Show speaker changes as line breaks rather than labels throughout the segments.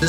时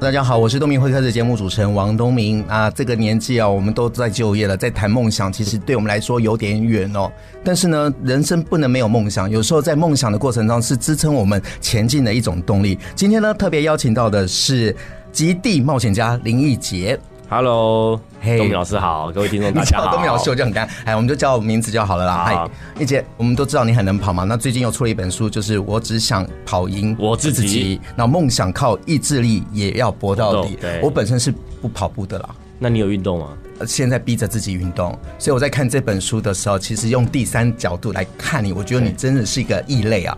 大家好，我是东明会客室节目主持人王东明啊。这个年纪啊，我们都在就业了，在谈梦想，其实对我们来说有点远哦。但是呢，人生不能没有梦想，有时候在梦想的过程中是支撑我们前进的一种动力。今天呢，特别邀请到的是极地冒险家林奕杰。
Hello，
嘿
东明老师好，各位听众 大
你
家
叫
好。
东苗秀就很干，哎，我们就叫我名字就好了啦。哎
好，
一姐，我们都知道你很能跑嘛。那最近又出了一本书，就是我只想跑赢
我自己。
那梦想靠意志力也要搏到底
搏斗对。
我本身是不跑步的啦。
那你有运 动吗？
呃现在逼着自己运动，所以我在看这本书的时候，其实用第三角度来看你，我觉得你真的是一个异类啊！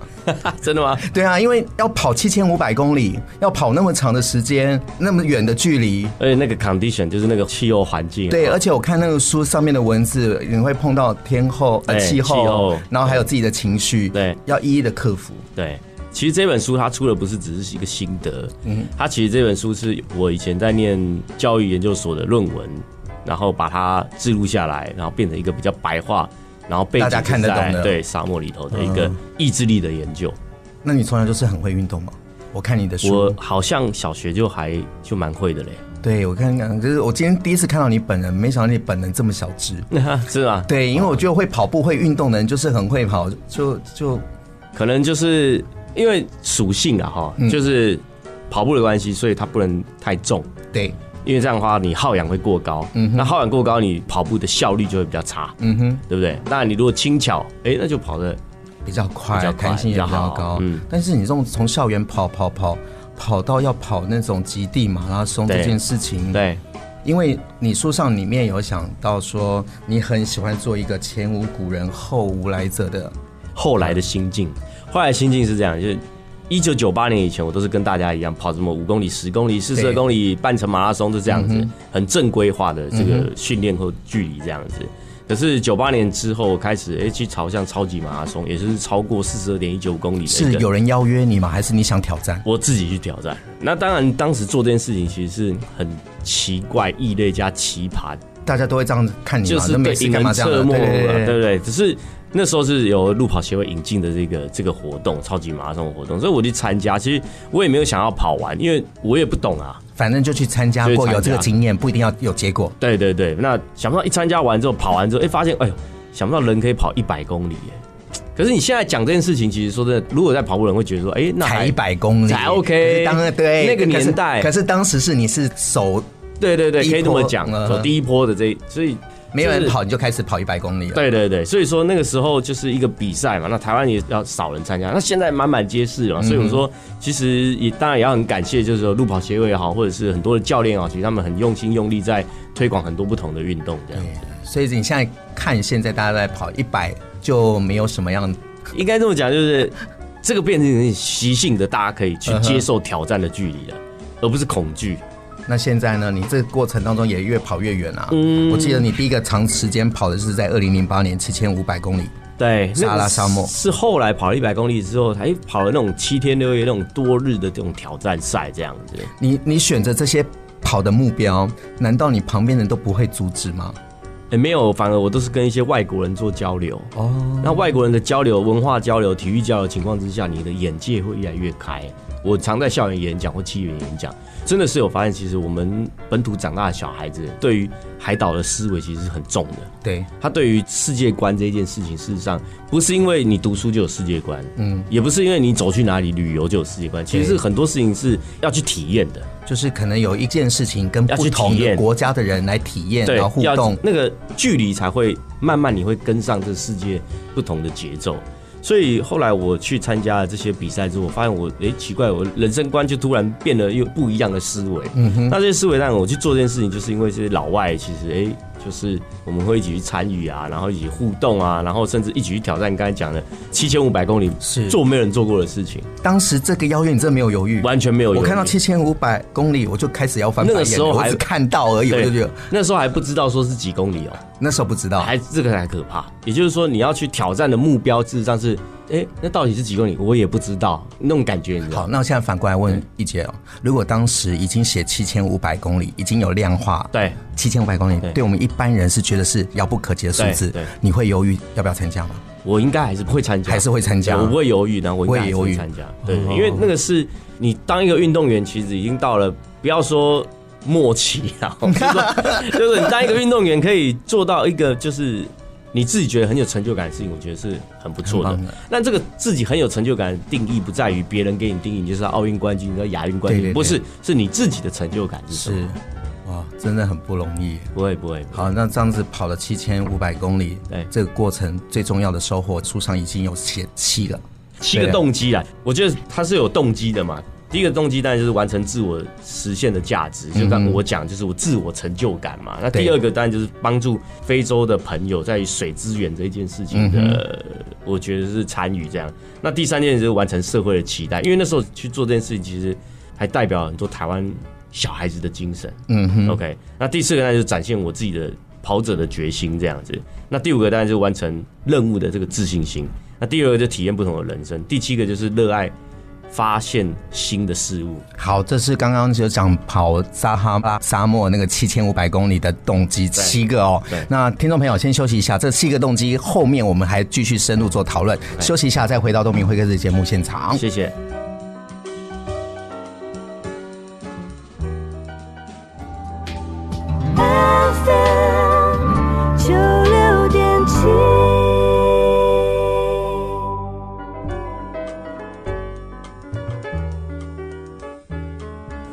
真的吗？
对啊，因为要跑七千五百公里，要跑那么长的时间，那么远的距离，
而且那个 condition 就是那个气候环境，啊
对，而且我看那个书上面的文字，你会碰到天候、呃
对
气候，
哎气候
然后还有自己的情绪，
对
要一一的克服。
对。其实这本书它出的不是只是一个心得，嗯，它其实这本书是我以前在念教育研究所的论文，然后把它记录下来，然后变成一个比较白话，然后被
大家看得懂的嗯
对沙漠里头的一个意志力的研究。
那你从来就是很会运动吗？我看你的
我
书，
好像小学就还就蛮会的嘞，
对我看看，就是我今天第一次看到你本人，没想到你本人这么小只。
是啊，
对，因为我觉得会跑步、会运动的人就是很会跑，就就
可能就是因为属性啊哈，
嗯
就是跑步的关系，所以它不能太重，
对，
因为这样的话你耗氧会过高，嗯，那耗氧过高，你跑步的效率就会比较差，
嗯哼，
对不对？那你如果轻巧，哎，那就跑的
比较快，
比较快
弹性也比
比较
较
好
高。
嗯
但是你这种从校园跑跑跑跑到要跑那种极地马拉松这
对
件事情，
对
因为你书上里面有想到说，你很喜欢做一个前无古人后无来者的，
后来的心境，后来的心境是这样，就是。一九九八年以前，我都是跟大家一样跑什么五公里、十公里、四十
对
二公里、半程马拉松，就这样子，
嗯
很正规化的这个训练和距离这样子。可是九八年之后，我开始哎、诶去朝向超级马拉松，也就是超过四十二点一九公里的一
是
个
有人邀约你吗？还是你想挑战？
我自己去挑战。那当然，当时做这件事情其实是很奇怪、异类加奇葩，
大家都会这样看你
就
嘛？嗯
是
那
对
每次
引
干嘛
人
这样
侧
的？
目，啊
对
对
对对
不对？只是那时候是由路跑协会引进的这个这个活动，超级马拉松的活动，所以我去参加。其实我也没有想要跑完，因为我也不懂啊。
反正就去参加
就去
过，
参加
有这个经验，不一定要有结果。
对对对，那想不到一参加完之后，跑完之后，哎，发现哎呦，想不到人可以跑一百公里耶。可是你现在讲这件事情，其实说真的，如果在跑步的人会觉得说，哎，那
才
还
一百公里
才 OK
可是当对
那个年代
可是，可是当时是你是手
对对对，
第一
可以这
波
么讲，
嗯
走第一波的这，所以
没有人
就是
跑你就开始跑一百公里了，
对对对，所以说那个时候就是一个比赛嘛，那台湾也要少人参加，那现在满满皆是了
嗯
嘛，所以我说其实也当然也要很感谢，就是说路跑协会也好，或者是很多的教练也好，其实他们很用心用力在推广很多不同的运动，这样子。
所以你现在看现在大家在跑一百就没有什么样
应该这么讲，就是这个变成习性的，大家可以去接受挑战的距离了，而不是恐惧。
那现在呢？你这个过程当中也越跑越远啊。嗯，我记得你第一个长时间跑的是在二零零八年七千五百公里。
对，
撒哈拉沙漠
那个是后来跑了一百公里之后，还跑了那种七天六夜那种多日的这种挑战赛这样子。
你你选择这些跑的目标，难道你旁边人都不会阻止吗？
也、没有，反而我都是跟一些外国人做交流。
哦，
那外国人的交流、文化交流、体育交流情况之下，你的眼界会越来越开。我常在校园演讲或七园演讲，真的是有发现，其实我们本土长大的小孩子对于海岛的思维其实是很重的。
对，
他对于世界观这件事情，事实上不是因为你读书就有世界观，嗯，也不是因为你走去哪里旅游就有世界观，其实是很多事情是要去体验的。
就是可能有一件事情跟
要去
不同
体
的
验
国家的人来体验，
对
然后，互
要
动。
那个距离才会慢慢你会跟上这世界不同的节奏。所以后来我去参加了这些比赛之后，我发现我诶、奇怪，我人生观就突然变得又不一样的思维。嗯哼，那这些思维让我去做这件事情，就是因为这些老外其实诶、就是我们会一起去参与啊，然后一起互动啊，然后甚至一起去挑战你刚才讲的七千五百公里
是
做没有人做过的事情，
当时这个邀约你真的没有犹豫，
完全没有犹豫。
我看到七千五百公里我就开始要翻白眼了，
那个时候
我
还
只看到而已，我就觉
对
得，
那时候还不知道说是几公里哦、
那时候不知道，
还这个才可怕。也就是说，你要去挑战的目标，事实上是，哎、那到底是几公里？我也不知道，那种感觉，你知道
好，
吗？
那我现在反过来问一姐哦，如果当时已经写七千五百公里，已经有量化，
对，
七千五百公里，
对
对我们一般人是觉得是遥不可及的数字
对对，
你会犹豫要不要参加吗？
我应该还是会参加，
还是会参加
对我不会犹豫的，我应该还是
不会犹
会
豫嗯
参加。对，因为那个是你当一个运动员，其实已经到了不要说默契啊， 就是说就是你当一个运动员可以做到一个就是。你自己觉得很有成就感的事情，我觉得是很不错的
很棒的。
那这个自己很有成就感的定义，不在于别人给你定义，你就是奥运冠军，你就是亚运冠
对对
军，
对
不是，是你自己的成就感是什么？，
哇，真的很不容易。
不会不会，不会，
好，那这样子跑了七千五百公里，
对
这个过程最重要的收获，书上已经有写七了。
七个动机啊，我觉得它是有动机的嘛。第一个动机当然就是完成自我实现的价值，就刚我讲，就是我自我成就感嘛。那
对
第二个当然就是帮助非洲的朋友在于水资源这一件事情的，我觉得是参与这样。那第三件就是完成社会的期待，因为那时候去做这件事情，其实还代表很多台湾小孩子的精神。
嗯哼，
OK，那第四个呢，就是展现我自己的跑者的决心这样子。那第五个当然就是完成任务的这个自信心。那第六个就体验不同的人生。第七个就是热爱发现新的事物。
好，这是刚刚就讲跑撒哈拉沙漠那个七千五百公里的动机七个哦
对。
那听众朋友先休息一下，这七个动机后面我们还继续深入做讨论。休息一下，再回到东明会客室节目现场。
谢谢。
FM 九六点七。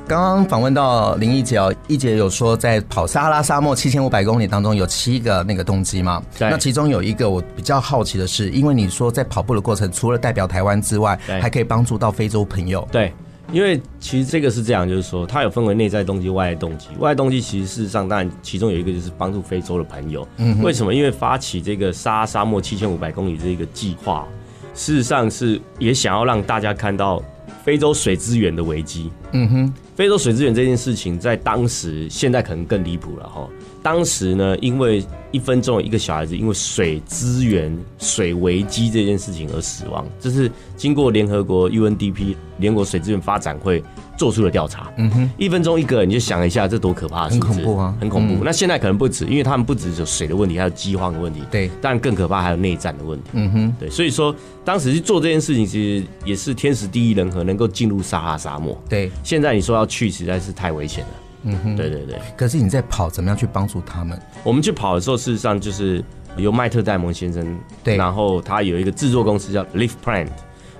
刚刚访问到林一姐哦，一姐有说在跑撒哈拉沙漠七千五百公里当中有七个那个动机嘛？
对
那其中有一个我比较好奇的是，因为你说在跑步的过程，除了代表台湾之外
对，
还可以帮助到非洲朋友。
对，因为其实这个是这样，就是说它有分为内在动机、外在动机。外在动机其实事实上，当然其中有一个就是帮助非洲的朋友。嗯，为什么？因为发起这个沙沙漠七千五百公里这个计划，事实上是也想要让大家看到非洲水资源的危机。
嗯哼，
非洲水资源这件事情，在当时现在可能更离谱了哈。当时呢，因为一分钟有一个小孩子因为水资源水危机这件事情而死亡，这是经过联合国 UNDP 联合国水资源发展会做出的调查。嗯哼，一分钟一个，你就想一下这多可怕的数字，
很恐怖啊
很恐怖。那现在可能不止，因为他们不只有水的问题，还有饥荒的问题。
对
但更可怕还有内战的问题。
嗯哼，
对，所以说当时去做这件事情，其实也是天时地利人和，能够进入撒哈拉沙漠。
对。
现在你说要去，实在是太危险了。嗯哼，对对对，
可是你在跑，怎么样去帮助他们？
我们去跑的时候，事实上就是由麦特戴蒙先生，
对
然后他有一个制作公司叫 Leaf Plant，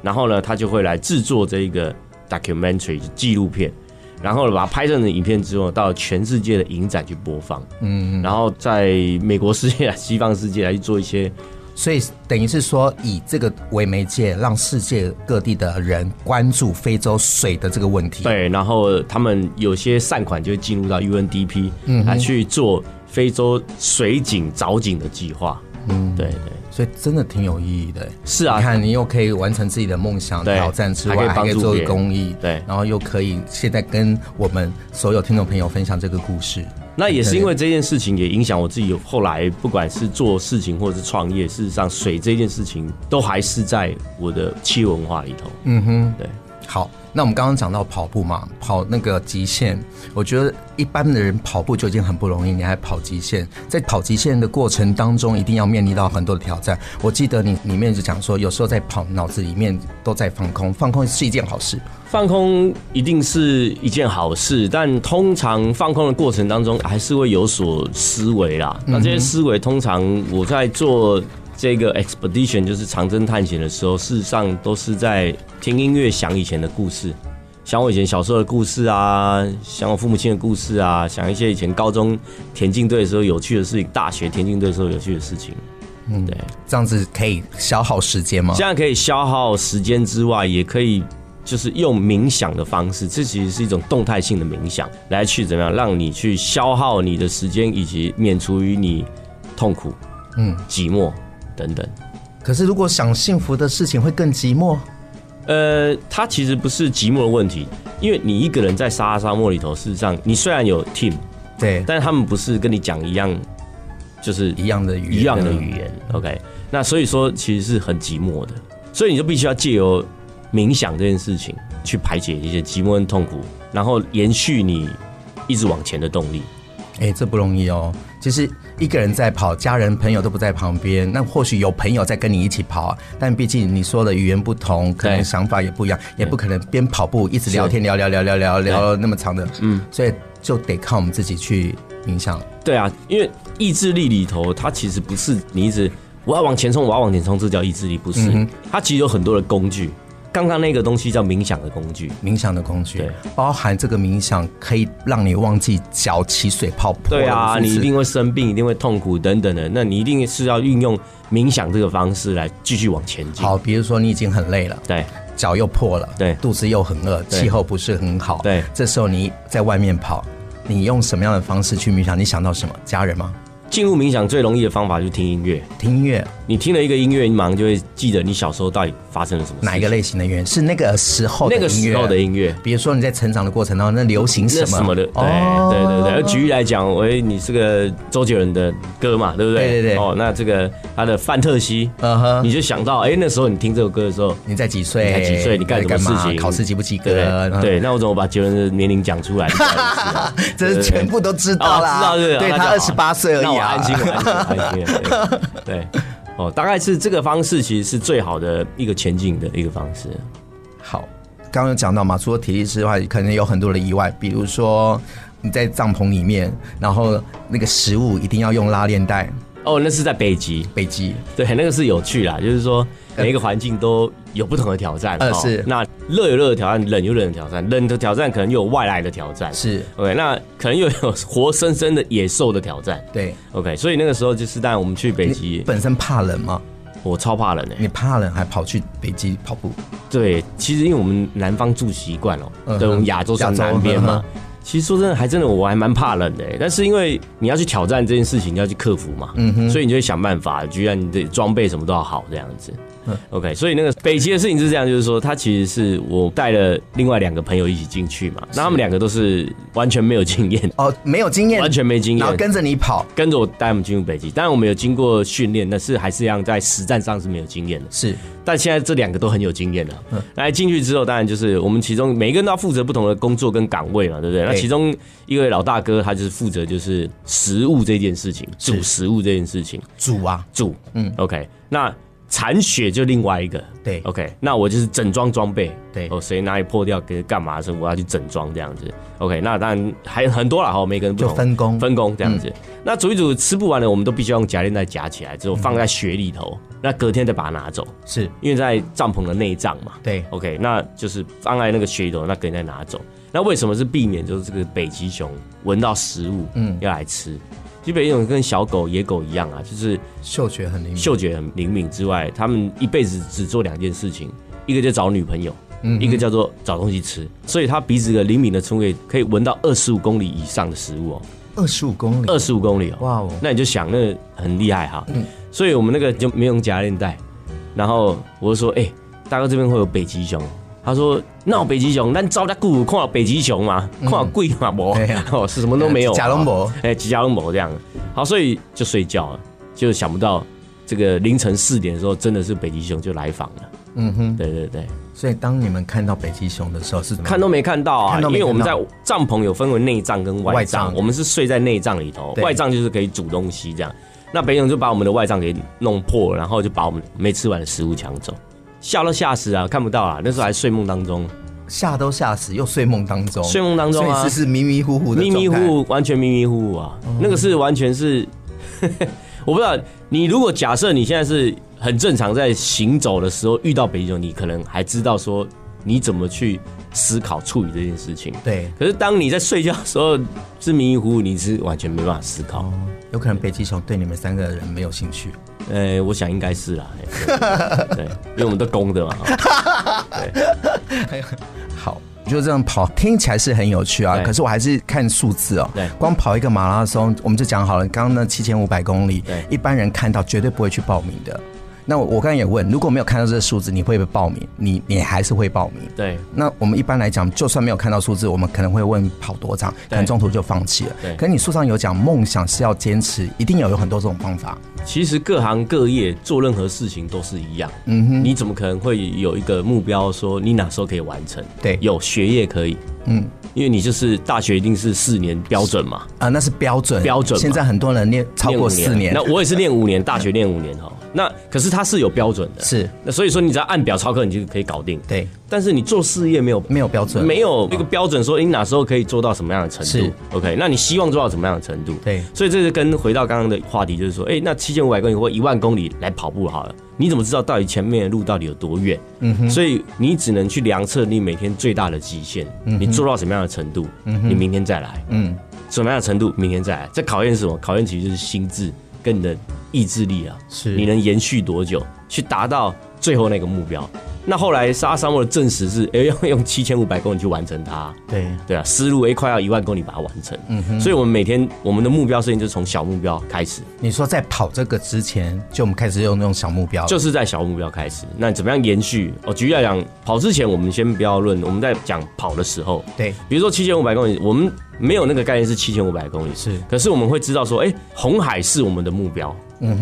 然后呢，他就会来制作这个 documentary 纪录片，然后把它拍成的影片之后，到全世界的影展去播放，嗯，然后在美国世界、啊西方世界来去做一些
所以等于是说，以这个为媒介，让世界各地的人关注非洲水的这个问题。，
对，然后他们有些善款就会进入到 UNDP，嗯，来去做非洲水井凿井的计划，嗯，对对。
所以真的挺有意义的。
是啊
你看你又可以完成自己的梦想
对
挑战之外，
还可以
还可以
帮助
做
别人
公益，
对
然后又可以现在跟我们所有听众朋友分享这个故事。
那也是因为这件事情，也影响我自己后来不管是做事情或者是创业，事实上水这件事情都还是在我的企业文化里头。嗯哼，对，
好，那我们刚刚讲到跑步嘛，跑那个极限，我觉得一般的人跑步就已经很不容易，你还跑极限，在跑极限的过程当中，一定要面临到很多的挑战。我记得你里面就讲说，有时候在跑，脑子里面都在放空，放空是一件好事。
放空一定是一件好事，但通常放空的过程当中还是会有所思维啦。那这些思维通常我在做。这个 expedition 就是长征探险的时候，事实上都是在听音乐，想以前的故事，想我以前小时候的故事啊，想我父母亲的故事啊，想一些以前高中田径队的时候有趣的事情，大学田径队的时候有趣的事情。嗯，对，
这样子可以消耗时间吗
这？样可以消耗时间之外，也可以就是用冥想的方式，这其实是一种动态性的冥想，来去怎么样让你去消耗你的时间，以及免除于你痛苦、
嗯，
寂寞等等。
可是如果想幸福的事情会更寂寞，
呃，它其实不是寂寞的问题，因为你一个人在沙拉沙漠里头，事实上你虽然有 team，
对，
但是他们不是跟你讲一样，就是
一样的语言，
一样的语言。OK，那所以说其实是很寂寞的，所以你就必须要借由冥想这件事情去排解一些寂寞跟痛苦，然后延续你一直往前的动力。
哎、这不容易哦。其实一个人在跑，家人朋友都不在旁边，那或许有朋友在跟你一起跑啊，但毕竟你说的语言不同，可能
对
想法也不一样，也不可能边跑步一直聊天聊聊聊聊聊聊那么长的，嗯，所以就得靠我们自己去冥想。
对啊，因为意志力里头，它其实不是你一直我要往前冲，我要往前冲，这叫意志力，不是。
嗯哼
它其实有很多的工具，刚刚那个东西叫冥想的工具。
冥想的工具
对，
包含这个冥想可以让你忘记脚起水泡破了。
对啊，
是不
你
是
一定会生病，一定会痛苦等等的，那你一定是要运用冥想这个方式来继续往前进。
好，比如说你已经很累了，
对
脚又破了，
对
肚子又很饿，
对
气候不是很好，
对
这时候你在外面跑，你用什么样的方式去冥想？你想到什么？家人吗？
进入冥想最容易的方法就是听音乐。
听音乐？
你听了一个音乐，你马上就会记得你小时候到底发生了什么事情。
哪一个类型的音乐？是那个时候的
那
音乐？
个时候的音乐？
比如说你在成长的过程当中，那流行什
那
么？
什么的，对
哦
对对对。而举例来讲，喂，你是个周杰伦的歌嘛，对不对？
对对对
哦，那这个他的范特西，
嗯哼
你就想到，哎，那时候你听这首歌的时候，
你在几岁？
你才几岁你干什么
在嘛
事情
考试及不及
对不
格？
对，对，那我怎么把杰伦的年龄讲出来？你知道吗
这是全部都知道啦。
哦知道对，
对
那就
他
好
二十八岁而
那
已
我
啊。
安心，我安心，我安心了。对， 对哦，大概是这个方式，其实是最好的一个前进的一个方式。
好，刚刚有讲到嘛，除了体力之外，可能有很多的意外，比如说你在帐篷里面，然后那个食物一定要用拉链袋
哦，那是在北极，
背记。
对，那个是有趣啦，就是说每一个环境都有不同的挑战。哦
呃是
那热有热的挑战，冷有冷的挑战，冷的挑战可能又有外来的挑战。
是
OK，那可能又有活生生的野兽的挑战。
对，
OK，所以那个时候就是，当然我们去北
你
极，
本身怕冷嘛，
我超怕冷欸诶、
你怕冷还跑去北极跑步，
对，其实因为我们南方住习惯了
嗯哼，
对，我们亚洲算南边
亚洲嗯
嘛。其实说真的，还真的我还蛮怕冷的欸，但是因为你要去挑战这件事情，你要去克服嘛，
嗯哼
所以你就会想办法，居然你的装备什么都要好这样子
嗯。
OK，所以那个北极的事情是这样，就是说，它其实是我带了另外两个朋友一起进去嘛，那他们两个都是完全没有 经验，
哦，没有经验，
完全没经
然后
验，
跟着你跑，
跟着我带他们进入北极。当然我们有经过训练，但是还是一样在实战上是没有经验的。
是
但现在这两个都很有经验了。
嗯
来进去之后，当然就是我们其中每一个人都要负责不同的工作跟岗位嘛，对不对？那
对
其中一位老大哥，他就是负责就是食物这件事情，
是
煮食物这件事情，
煮啊，
煮。嗯，OK，那。铲雪就另外一个，
对
，OK，那我就是整装装备，
对
哦，谁哪里破掉，给干嘛，所以我要去整装这样子，OK，那当然还有很多了哈，每个人不
就
同，
分工嗯
分工这样子。那煮一煮吃不完的，我们都必须要用夹链袋夹起来，之后放
嗯
在雪里头，那隔天再把它拿走。
是
因为在帐篷的内帐嘛。
对
，OK，那就是放在那个雪里头，那给人家拿走。那为什么是避免就是这个北极熊闻到食物，嗯，要来吃？其实北极熊跟小狗、野狗一样啊，就是
嗅觉很灵敏，
嗅觉很灵敏之外，他们一辈子只做两件事情，一个就找女朋友。
嗯
一个叫做找东西吃，所以它鼻子的灵敏的触觉可以闻到二十五公里以上的食物哦，
二十五公里，
二十五公里哦，
哇哦，嗯
那你就想，那很厉害哈。所以我们那个就没用夹链带。然后我就说，哎、大哥这边会有北极熊。他说：“那有北极熊，咱招他顾看到北极熊嘛，看到鬼嘛，无、
嗯对啊
哦，是什么都没有，
假龙博
哎，吉加龙某这样。好，所以就睡觉了，就想不到这个凌晨四点的时候，真的是北极熊就来访了。
嗯哼，
对对对，
所以当你们看到北极熊的时候是怎么
看都没看到啊，
嗯看都
因
没
为我们
看
在
到
帐篷有分为内帐跟
外
外
帐
帐，我们是睡在内帐里头，
对
外帐就是可以煮东西这样。那北勇就把我们的外帐给弄破了，然后就把我们没吃完的食物抢走，吓都吓死啊，看不到啊，那时候还睡梦当中，
吓都吓死，又睡梦当中，
睡梦当中啊
所以是是迷迷糊糊的
迷迷
状态哦
糊糊，完全迷迷糊糊啊，那个是完全是， 我不知道你如果假设你现在是很正常在行走的时候遇到北极熊，你可能还知道说你怎么去思考处理这件事情。
对，
可是当你在睡觉的时候是迷迷糊糊，你是完全没办法思考。
有可能北极熊对你们三个人没有兴趣。
呃，我想应该是啦、哎 对对，因为我们都公的嘛。哈
好，就这样跑，听起来是很有趣啊。
对
可是我还是看数字哦。
对
光跑一个马拉松，我们就讲好了，刚刚那七千五百公里
对，
一般人看到绝对不会去报名的。那我我刚才也问，如果没有看到这个数字，你会不会报名？你你还是会报名。
对
那我们一般来讲，就算没有看到数字，我们可能会问跑多长，可能中途就放弃了
对。
可你书上有讲，梦想是要坚持，一定有有很多这种方法。
其实各行各业做任何事情都是一样，
嗯哼，
你怎么可能会有一个目标说你哪时候可以完成？
对
有学业可以，
嗯
因为你就是大学一定是四年标准嘛，
啊、那是标准
标准嘛
现在很多人念超
念
过
五
四年，
那我也是念五年，大学念五年哈。那可是它是有标准的，
是
那所以说你只要按表操课，你就可以搞定。
对
但是你做事业没有
没有标准，
没有一个标准说诶你哪时候可以做到什么样的程
是
度？OK，那你希望做到什么样的程度？
对
所以这是跟回到刚刚的话题，就是说，哎、那七千五百公里或一万公里来跑步好了，你怎么知道到底前面的路到底有多远？嗯哼，所以你只能去量测你每天最大的极限，你做到什么样的程度，你明天再来，
嗯。
什么样的程度，明天再来。这考验是什么？考验其实就是心智跟你的意志力啊，
是
你能延续多久去达到最后那个目标。那后来沙沙漠的证实是，哎、要用七千五百公里去完成它。
对，
对啊，思路哎，快要一万公里把它完成。嗯哼，所以我们每天我们的目标设定就是从小目标开始，
你说在跑这个之前，就我们开始用那种小目标了，
就是在小目标开始。那怎么样延续？哦，举例来讲，跑之前我们先不要论，我们在讲跑的时候，
对
比如说七千五百公里，我们没有那个概念是七千五百公里，
是
可是我们会知道说，哎、红海是我们的目标，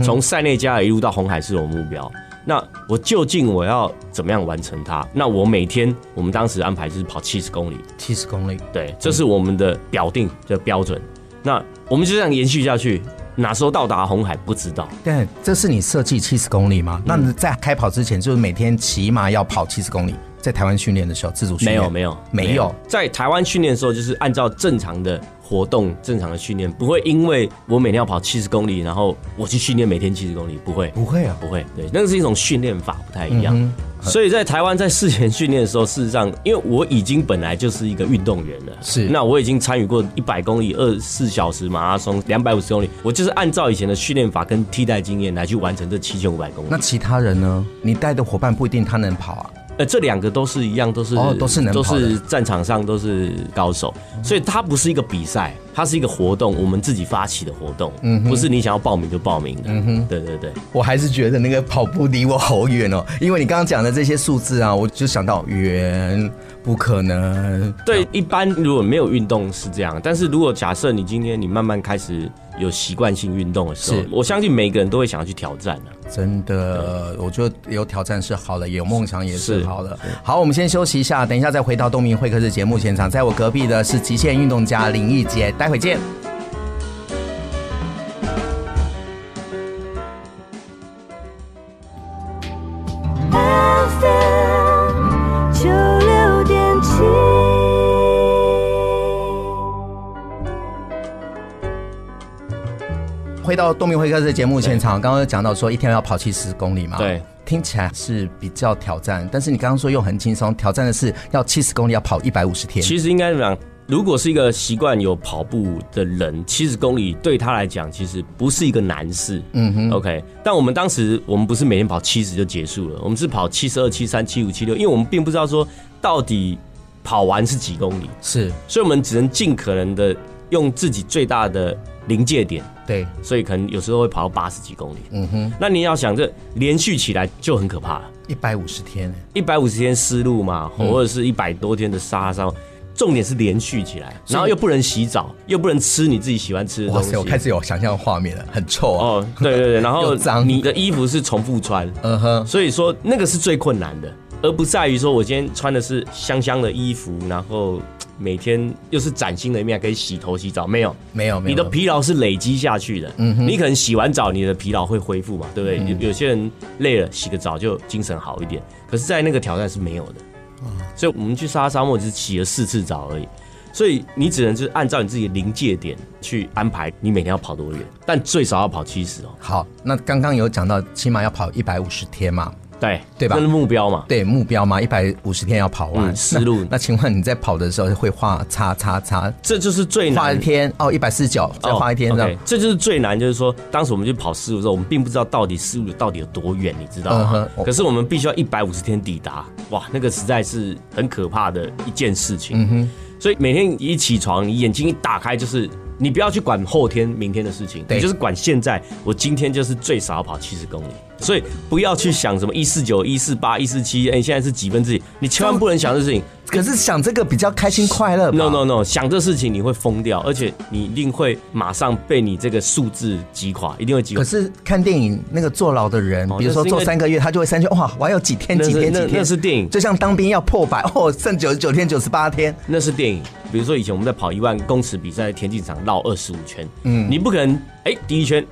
从塞内加尔一路到红海是我们目标。那我究竟我要怎么样完成它？那我每天我们当时安排就是跑七十公里，
七十公里，
对，这是我们的表定的标准。那我们就这样延续下去，哪时候到达红海不知道。
但这是你设计七十公里
嗯
吗？那你在开跑之前，就是每天起码要跑七十公里，在台湾训练的时候，自主训
没
练
有，没有，
没有，
在台湾训练的时候，就是按照正常的活动、正常的训练，不会因为我每天要跑七十公里，然后我去训练每天七十公里，不会，
不会啊，
不会，对，那是一种训练法，不太一样。
嗯
所以在台湾在事前训练的时候，事实上，因为我已经本来就是一个运动员了，
是
那我已经参与过一百公里、二十四小时马拉松、两百五十公里，我就是按照以前的训练法跟替代经验来去完成这七千五百公里
那。其他人呢？你带的伙伴不一定他能跑啊，
呃，这两个都是一样，都是、
哦都是能跑
都
的嗯
是战场上都是高手，所以它不是一个比赛，它是一个活动，我们自己发起的活动，嗯、不是你想要报名就报名的。嗯、对对对，
我还是觉得那个跑步离我好远哦，因为你刚刚讲的这些数字啊，我就想到远，不可能，
对，一般如果没有运动是这样，但是如果假设你今天你慢慢开始有习惯性运动的时候
是，
我相信每个人都会想要去挑战啊的、
真的，我觉得有挑战是好的，有梦想也是好的。好，我们先休息一下，等一下再回到东明会客室节目现场。在我隔壁的是极限运动家林奕杰，待会见。
FM 九六点七。
回到东明会客室节目现场，刚刚有讲到说一天要跑七十公里嘛，
对，
听起来是比较挑战，但是你刚刚说又很轻松，挑战的是要七十公里要跑一百五十天，
其实应该讲，如果是一个习惯有跑步的人，七十公里对他来讲其实不是一个难事。嗯哼，OK。但我们当时我们不是每天跑七十就结束了，我们是跑七十二、七三、七五、七六，因为我们并不知道说到底跑完是几公里，
是
所以我们只能尽可能的用自己最大的临界点。
对，
所以可能有时候会跑到八十几公里。
嗯哼，
那你要想，这连续起来就很可怕了。
一百五十天，
一百五十天丝路嘛，
嗯
或者是一百多天的沙沙，重点是连续起来，然后又不能洗澡，又不能吃你自己喜欢吃的
哇塞，
东西。
我开始有想象画面了，很臭啊，
哦，对 对对，然后
又脏
你的衣服是重复穿，
嗯哼，
所以说那个是最困难的，而不在于说我今天穿的是香香的衣服，然后嘖每天又是崭新的一面，可以洗头洗澡，没有，
没有没有，嗯
你的疲劳是累积下去的，你可能洗完澡，你的疲劳会恢复嘛，对不对？有有些人累了，洗个澡就精神好一点，可是，在那个挑战是没有的，
嗯
所以我们去沙沙漠只洗了四次澡而已，所以你只能就是按照你自己的临界点去安排你每天要跑多远，但最少要跑七十哦。
好，那刚刚有讲到，起码要跑一百五十天嘛。
对
对吧
这是目标嘛，
对目标嘛，一百五十天要跑完
嗯思路
那。那请问你在跑的时候会画叉叉叉，
这就是最
画
难
一天哦，一百四十九，再画一天
哦
这
OK，
样。
这就是最难，就是说，当时我们去跑四五的时候，我们并不知道到底四五到底有多远，你知道吗
嗯哼
可是我们必须要一百五十天抵达，哇，那个实在是很可怕的一件事情。嗯哼，所以每天一起床，你眼睛一打开就是。你不要去管后天、明天的事情，
对
你就是管现在。我今天就是最少要跑七十公里，所以不要去想什么一四九、一四八、一四七，哎，现在是几分之几？你千万不能想这事情。
可是想这个比较开心快乐吧
No no no，想这事情你会疯掉，而且你一定会马上被你这个数字击垮，一定会击垮
可。是看电影那个坐牢的人，
哦
比如说
那是因
做
为
三个月，他就会三圈，哇，我还有几天
那
几
是
天
那
几天，
那是电影
就像当兵要破百哦，剩九十九天九十八天，
那是电影，比如说以前我们在跑一万公尺比赛，田径场绕二十五圈，嗯，你不可能哎、第一圈、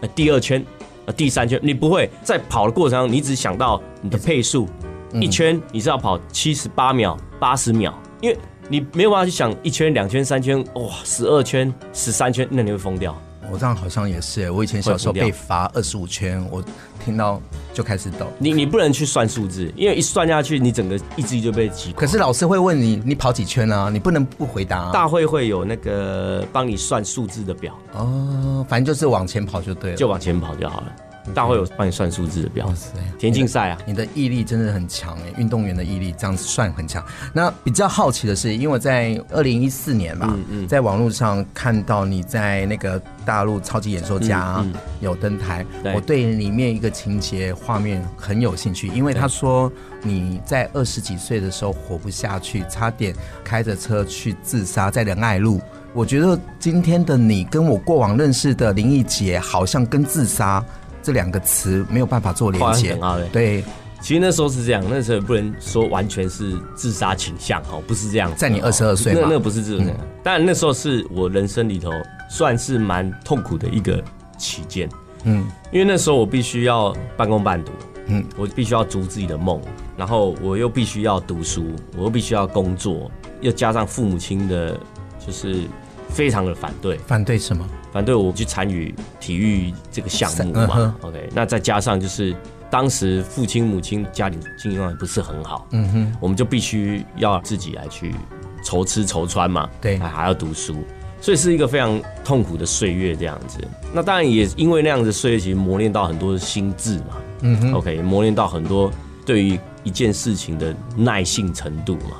呃第二圈、呃第三圈，你不会在跑的过程中，你只想到你的配速，
嗯
一圈你是要跑七十八秒、八十秒，因为你没有办法去想一圈、两圈、三圈，哇，十二圈、十三圈，那你会疯掉。
我这样好像也是，我以前小时候被罚二十五圈，我听到就开始抖。
你你不能去算数字，因为一算下去，你整个意志力就被击垮。
可是老师会问你，你跑几圈啊？你不能不回答、啊。
大会会有那个帮你算数字的表，
哦，反正就是往前跑就对了。
就往前跑就好了。大会有帮你算数字的表
嗯哇，塞
田径赛啊，
你的毅力真的很强哎，运动员的毅力这样算很强。那比较好奇的是，因为我在二零一四年吧，在网络上看到你在那个大陆超级演说家、有登台，
对
我对里面一个情节画面很有兴趣，因为他说你在二十几岁的时候活不下去，差点开着车去自杀，在仁爱路。我觉得今天的你跟我过往认识的林忆杰，好像跟自杀这两个词没有办法做连
画上
接
等。号嘞。
对，
其实那时候是这样，那时候也不能说完全是自杀倾向哦，不是这样。
在你
哦
22岁嘛嗯
那那不是这种。当然那时候是我人生里头算是蛮痛苦的一个期间，
嗯
因为那时候我必须要半工半读，
嗯
嗯，我必须要逐自己的梦，然后我又必须要读书，我又必须要工作，又加上父母亲的，就是非常的反对，
反对什么？
反对我去参与体育这个项目
嗯哼
嘛。OK，那再加上就是当时父亲母亲家里经况也不是很好，
嗯哼，
我们就必须要自己来去愁吃愁穿嘛，
对
还还要读书，所以是一个非常痛苦的岁月这样子。那当然也因为那样子岁月，其实磨练到很多的心智嘛，
嗯哼，
OK，磨练到很多对于一件事情的耐性程度嘛。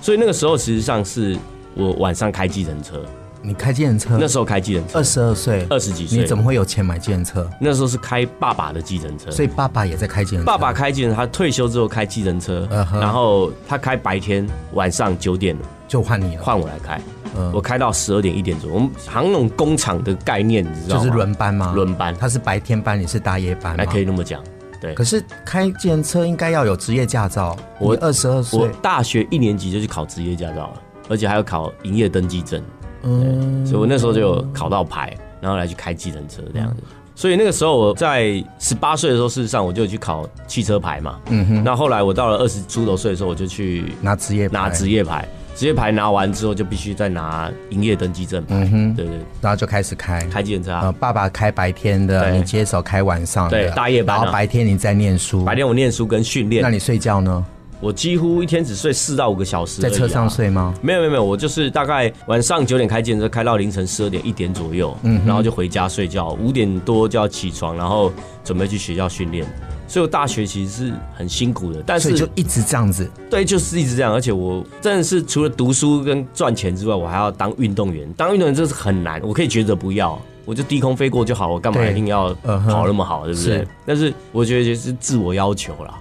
所以那个时候，实际上是我晚上开计程车，
你开计程车
那，时候开计程车
二，十二岁，
二十几岁，
你怎么？会有钱买计程车？
那时候是开爸爸的计程车，
所以爸爸也在开计程车。
爸爸，开计程，他退休之后开计程车
嗯哼
然后他开白天，晚上九点
就换你了，
换我来开，
嗯
我开到十二点一点左右。我们好像那种工厂的概念，你知道
就
吗？
是轮班吗？
轮班
他是白天班，你是大夜班吗
还可以。那么讲，对。
可是开计程车应该要有职业驾照。
我
二十二
我
岁，
大学一年级就去考职业驾照了，而且还要考营业登记证。
嗯，
所以我那时候就有考到牌，然后来去开计程车这样子。
嗯
所以那个时候我在十八岁的时候，事实上我就去考汽车牌嘛。嗯哼。那后来我到了二十出头岁的时候，我就去
拿职业
拿
牌
职业牌，职业牌拿完之后就必须再拿营业登记证牌。
嗯哼
对对，
然后就开始开。
开计程车、
呃，
啊。
爸爸开白天的，
对
你接手开晚上的，
对大夜班啊
然后白天你在念书，
白天我念书跟训
那
练，
你睡觉呢？
我几乎一天只睡四到五个小时、啊
在车上。睡吗？
没有没有没有，我就是大概晚上九点开计程车，开到凌晨十二点一点左右，嗯，然后就回家睡觉，五点多就要起床，然后准备去学校训练。所以我大学其实是很辛苦的，但
所以
是
就一直这样子，
对，就是一直这样。而且我真的是除了读书跟赚钱之外，我还要当运动员。当运动员这是很难，我可以抉择不要，我就低空飞过就好，我干嘛
对
一定要
嗯哼
跑那么好，对不对？
是
但是我觉得就是自我要求啦。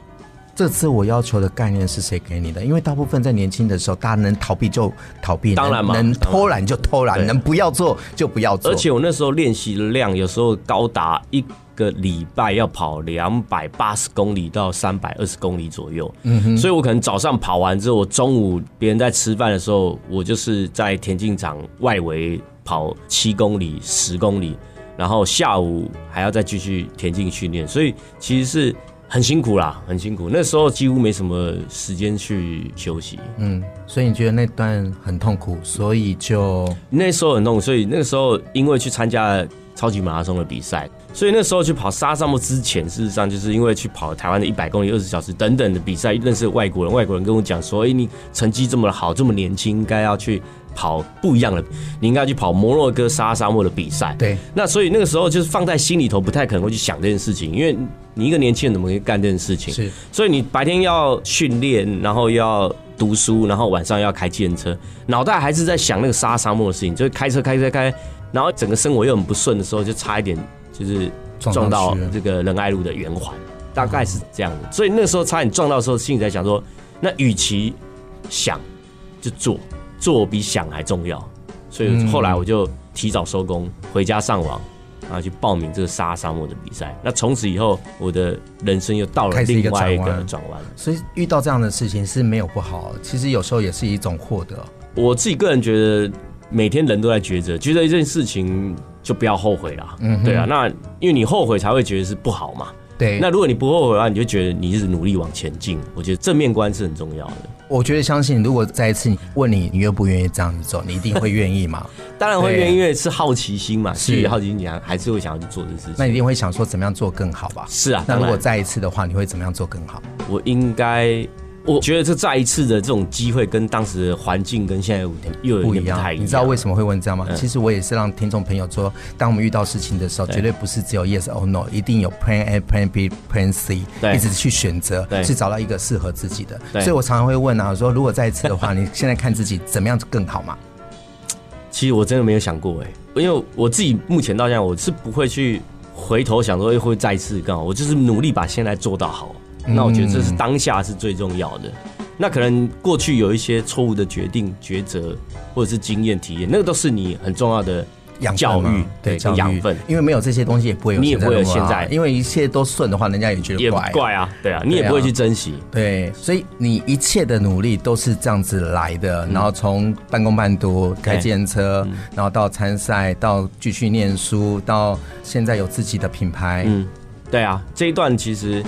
这次我要求的概念是谁给你的？因为大部分在年轻的时候，大家能逃避就逃避，
当然
能
嘛
能
当然
偷懒就偷懒，
对
能不要做就不要做。
而且我那时候练习的量有时候高达一个礼拜要跑两百八十公里到三百二十公里左右，嗯哼，所以我可能早上跑完之后，我中午别人在吃饭的时候，我就是在田径场外围跑七公里、十公里，然后下午还要再继续田径训练，所以其实是。很辛苦啦，很辛苦。那时候几乎没什么时间去休息，
嗯，所以你觉得那段很痛苦，所以就
那时候很痛苦，所以那个时候因为去参加超级马拉松的比赛。所以那时候去跑沙沙漠之前，事实上就是因为去跑台湾的一百公里、二十小时等等的比赛，认识外国人，外国人跟我讲说：“哎、你成绩这么好，这么年轻，应该要去跑不一样的，你应该去跑摩洛哥沙沙漠的比赛。”
对，
那所以那个时候就是放在心里头，不太可能会去想这件事情，因为你一个年轻人怎么会干这件事情？
是，
所以你白天要训练，然后要读书，然后晚上要开计程车，脑袋还是在想那个沙沙漠的事情，就是开车开车开，然后整个生活又很不顺的时候，就差一点就是
撞上
撞到
去了
这个仁爱路的圆环，大概是这样的。所以那时候差点撞到的时候，心里在想说，那与其想就做，做比想还重要。所以后来我就提早收工，回家上网，然后去报名这个沙沙漠的比赛。那从此以后，我的人生又到了
开始一个
另外一
转
个
弯
转弯。
所以遇到这样的事情是没有不好，其实有时候也是一种获得。
我自己个人觉得，每天人都在抉择，觉得一件事情就不要后悔啦。嗯，对啊，那因为你后悔才会觉得是不好嘛。
对，
那如果你不后悔的话，你就觉得你一直努力往前进。我觉得正面观是很重要的。
我觉得相信，如果再一次问你，你愿不愿意这样子走，你一定会愿意 嘛？
当然会愿
对啊
意，因为是好奇心嘛，
是
基于好奇心，你还还是会想要去做这件事
那
情。
你一定会想说怎么样做更好吧？
是啊，
那
当
如
然
果再一次的话，你会怎么样做更好？
我应该，我觉得这再一次的这种机会，跟当时的环境跟现在有点又有
不
点
一
不太
样，
一样。嗯
你知道为什么会问这样吗？其实我也是让听众朋友说，当我们遇到事情的时候，绝对不是只有 yes or no，一定有 plan A、plan B、plan C，
对
一直去选择，
对
去找到一个适合自己的。
对
所以我常常会问啊，我说如果再一次的话， 你现在看自己怎么样更好嘛？
其实我真的没有想过哎、因为我自己目前到现在，我是不会去回头想说哎会不会再次更好，我就是努力把现在做到好。
嗯
那我觉得这是当下是最重要的。那可能过去有一些错误的决定、抉择，或者是经验体验，那个都是你很重要的
养分
教
嘛
育，
对
跟
教育
养分。
因为没有这些东西也不会有
你也不会有
的嘛
现在
因为一切都顺的话，人家也觉得
也不
怪。
怪啊，对啊，你也
对啊
不会去珍惜。
对，所以你一切的努力都是这样子来的，然后从半工半读开
嗯对嗯
健车，然后到参赛，到继续念书，到现在有自己的品牌，
嗯，对啊，这一段其实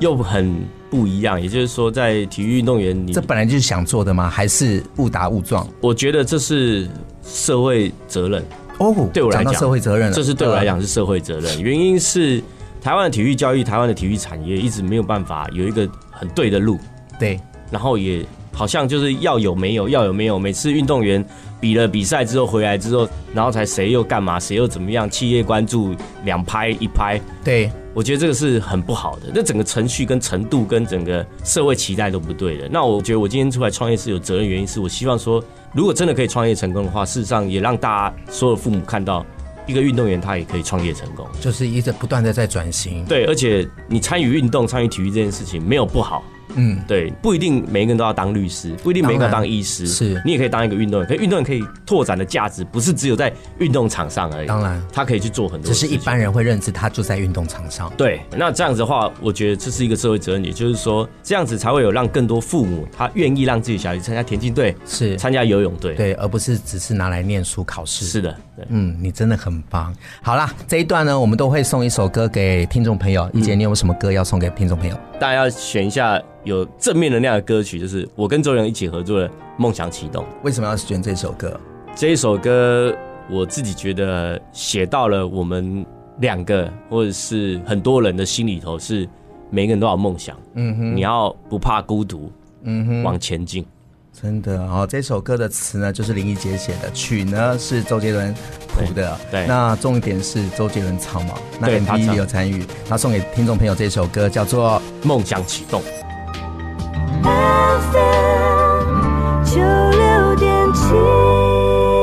又很不一样，也就是说，在体育运动员你
这本来就是想做的吗？还是误打误撞？
我觉得这是社会责任，
哦，
对我
讲
来
到
讲，
社会责任了，
这是对我来讲是社会责任。原因是台湾的体育教育、台湾的体育产业一直没有办法有一个很对的路，
呃，对，
然后也好像就是要有没有，要有没有。每次运动员比了比赛之后回来之后，然后才谁又干嘛，谁又怎么样，企业关注两拍一拍，
对，
我觉得这个是很不好的，那整个程序跟程度跟整个社会期待都不对的。那我觉得我今天出来创业是有责任，原因是我希望说，如果真的可以创业成功的话，事实上也让大家所有父母看到，一个运动员他也可以创业成功。
就是一直不断的在转型，
对，而且你参与运动、参与体育这件事情没有不好，
嗯，
对，不一定每一个人都要当律师，不一定每一个人都要当医师，
当然是
你也可以当一个运动员。可是运动员可以拓展的价值不是只有在运动场上而已，
当然
他可以去做很多
只
事
是
情。
一般人会认知他就在运动场上，
对，那这样子的话，我觉得这是一个社会责任，也就是说，这样子才会有让更多父母他愿意让自己小孩去参加田径队、
是，
参加游泳队。，
对，而不是只是拿来念书考试，
是的，对。
嗯，你真的很棒。好啦，这一段呢，我们都会送一首歌给听众朋友。一姐，你有什么歌要送给听众朋友？
大家要选一下有正面能量的歌曲，就是我跟周杰伦一起合作的《梦想启动》
为什么要选这首歌？
这一首歌，我自己觉得写到了我们两个或者是很多人的心里头，是每个人都有梦想，
嗯哼，
你要不怕孤独，
嗯哼，
往前进。
真的哦，这首歌的词呢就是林忆杰写的，曲呢是周杰伦谱的。
对对
那重点是周杰伦唱嘛，那
对他
MV
唱
也有参与。那送给听众朋友这首歌叫做
梦想启动。
FM 九六点七。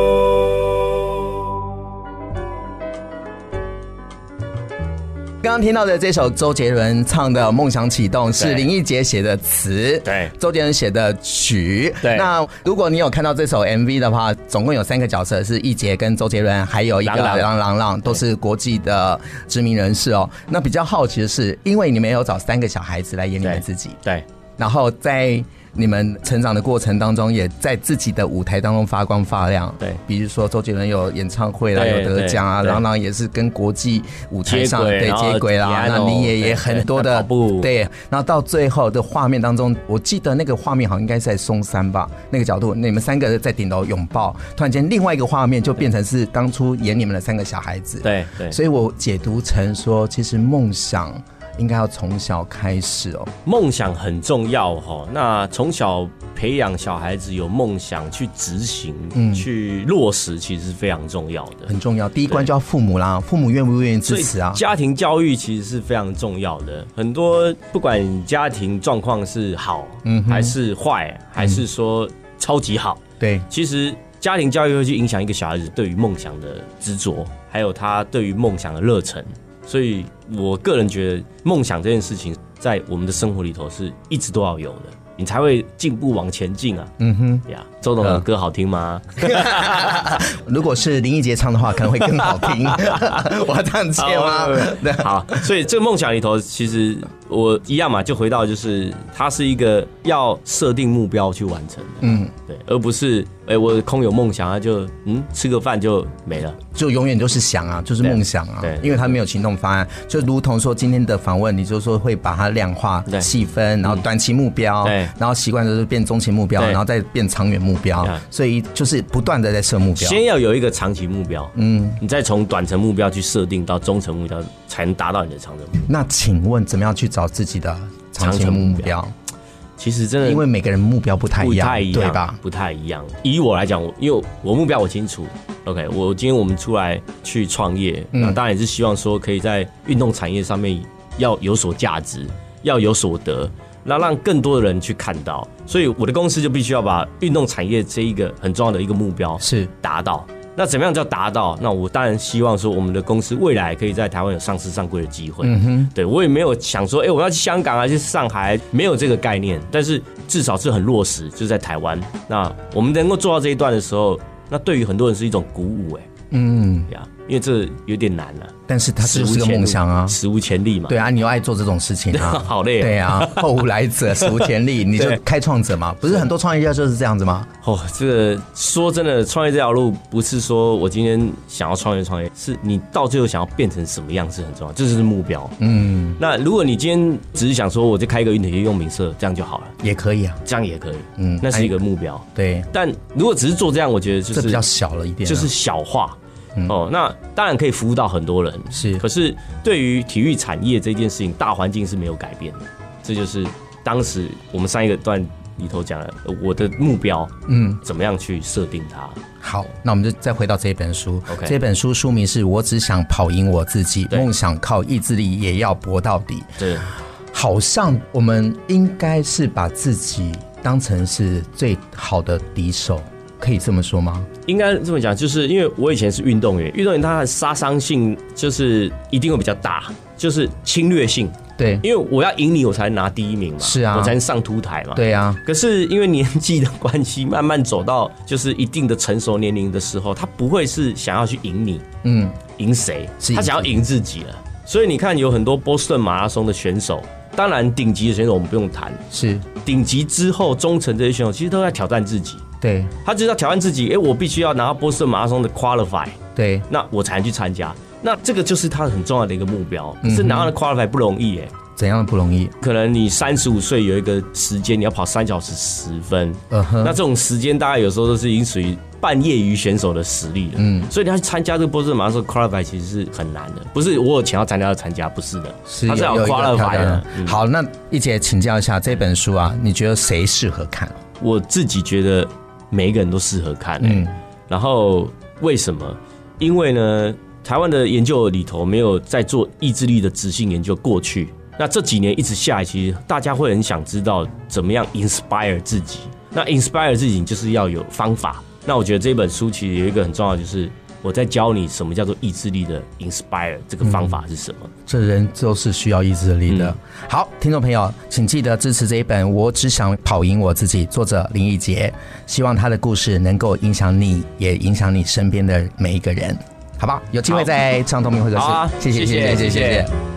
刚刚听到的这首周杰伦唱的《梦想启动》是
对
林忆杰写的词，
对
周杰伦写的曲。
对
那如果你有看到这首 MV 的话，总共有三个角色是易杰跟周杰伦，还有一个
郎朗
郎朗朗，都是国际的知名人士哦。那比较好奇的是，因为你们有找三个小孩子来演你们
对
自己，
对，
然后在你们成长的过程当中，也在自己的舞台当中发光发亮。
对
比如说周杰伦有演唱会啦，
对
有得奖啊，
对对
然后呢也是跟国际舞台上
接轨
对
然后
接轨啦，
piano，
那你也
对
也很多
对
的
跑 步
对，然后到最后的画面当中，我记得那个画面好像应该是在松山吧，那个角度，你们三个在顶楼拥抱，突然间另外一个画面就变成是当初演你们的三个小孩子。
对对，
所以我解读成说，其实梦想应该要从小开始哦。
梦想很重要哈。那从小培养小孩子有梦想去执行、去落实，其实是非常重要的。
嗯很重要。第一关就要父母啦，父母愿不愿意支持啊？
家庭教育其实是非常重要的。很多不管家庭状况是好，嗯，还是坏，还是说超级好，
对，
其实家庭教育会去影响一个小孩子对于梦想的执着，还有他对于梦想的热忱。所以我个人觉得，梦想这件事情在我们的生活里头是一直都要有的，你才会进步往前进啊。
嗯哼。
呀，周董的
嗯
歌好听吗？
如果是林忆杰唱的话，可能会更好 听。我要这样切吗？对，
好，所以这个梦想里头，其实我一样嘛，就回到就是它是一个要设定目标去完成的，
嗯，
对，而不是哎、我空有梦想啊，就嗯吃个饭就没了。
就永远都是想啊，就是梦想啊
对对，对
因为他没有行动方案。就如同说今天的访问，你就说会把它量化、
对嗯
细分，然后短期目标，
对
然后习惯就是变中期目标，
对
然后再变长远目标
呀，
所以就是不断的在设目标。
先要有一个长期目标，嗯，你再从短程目标去设定到中程目标，才能达到你的长程目标。
那请问怎么样去找自己的长期
长程目
目
标
标？
其实真的
因为每个人目标不太
不
一样
太一，样，
对吧？
不太一样。以我来讲，我因为我目标我清楚，OK，我今天我们出来去创业，
嗯
那当然也是希望说可以在运动产业上面要有所价值，要有所得，那让更多的人去看到。所以我的公司就必须要把运动产业这一个很重要的一个目标
是
达到。那怎么样叫达到？那我当然希望说，我们的公司未来可以在台湾有上市上柜的机会。嗯哼，对我也没有想说，哎、我要去香港还是上海，没有这个概念。但是至少是很落实，就是在台湾。那我们能够做到这一段的时候，那对于很多人是一种鼓舞、哎，
嗯。
对啊，因为这有点难了、
但是它
史
是
无
不是个
前例
梦想啊？
史无前例 嘛。
对啊，你又爱做这种事情啊，
好累啊
对啊，后无来 者，史无前例，你就
对
开创者嘛，不是很多创业家就是这样子吗？
哦，这个说真的，创业这条路不是说我今天想要创业创业，是你到最后想要变成什么样是很重要，这就是目标。嗯，那如果你今天只是想说我就开一个云体用品社，这样就好了，
也可以啊，
这样也可以。嗯
嗯，
那是一个目标。
对，
但如果只是做这样，我觉得就
这比
是
较小了一点啊，嗯
就是小化。哦，那当然可以服务到很多人，
是
可是对于体育产业这件事情，大环境是没有改变的，这就是当时我们上一个段里头讲的，呃我的目标，嗯，怎么样去设定它？
好，那我们就再回到这本书。
OK
这本书书名是我只想跑赢我自己，
对
梦想靠意志力也要搏到底。
对，
好像我们应该是把自己当成是最好的敌手，可以这么说吗？
应该这么讲，就是因为我以前是运动员，运动员他的杀伤性就是一定会比较大，就是侵略性，
对，
因为我要赢你，我才能拿第一名嘛，
是啊
我才能上凸台嘛，
对啊，
可是因为年纪的关系，慢慢走到就是一定的成熟年龄的时候，他不会是想要去赢你，
嗯，
赢谁，
是
他
赢
想要赢自己了。所以你看，有很多波士顿马拉松的选手，当然顶级的选手我们不用谈，
是
顶级之后中层这些选手其实都在挑战自己，
对
他就是要挑战自己，诶，我必须要拿到波士顿马拉松的 qualify，
对，
那我才能去参加。那这个就是他很重要的一个目标，可是拿到的 qualify 不容易诶。
怎样的不容易？
可能你三十五岁有一个时间，你要跑三小时十分，
嗯哼
那这种时间大概有时候都是已经属于半业余选手的实力了。嗯，所以你要去参加这个波士顿马拉松 qualify 其实是很难的，不是我有钱要参加就参加，不是的，
是
它是要
有有一个
qualify
挑战
的
啊。
嗯
好，那一姐请教一下这本书啊，你觉得谁适合看？
我自己觉得每一个人都适合看、欸。
嗯
然后为什么？因为呢，台湾的研究里头没有在做意志力的执行研究，过去那这几年一直下来，其实大家会很想知道怎么样 inspire 自己。那 inspire 自己就是要有方法。那我觉得这本书其实有一个很重要的，就是我在教你什么叫做意志力的 inspire 这个方法是什么。
这人都是需要意志力的。
嗯
好，听众朋友，请记得支持这一本《我只想跑赢我自己》，作者林奕杰。希望他的故事能够影响你，也影响你身边的每一个人，好不好？有机会
好
再上透明或者是、
好啊
谢谢
谢谢
谢谢
谢谢
谢谢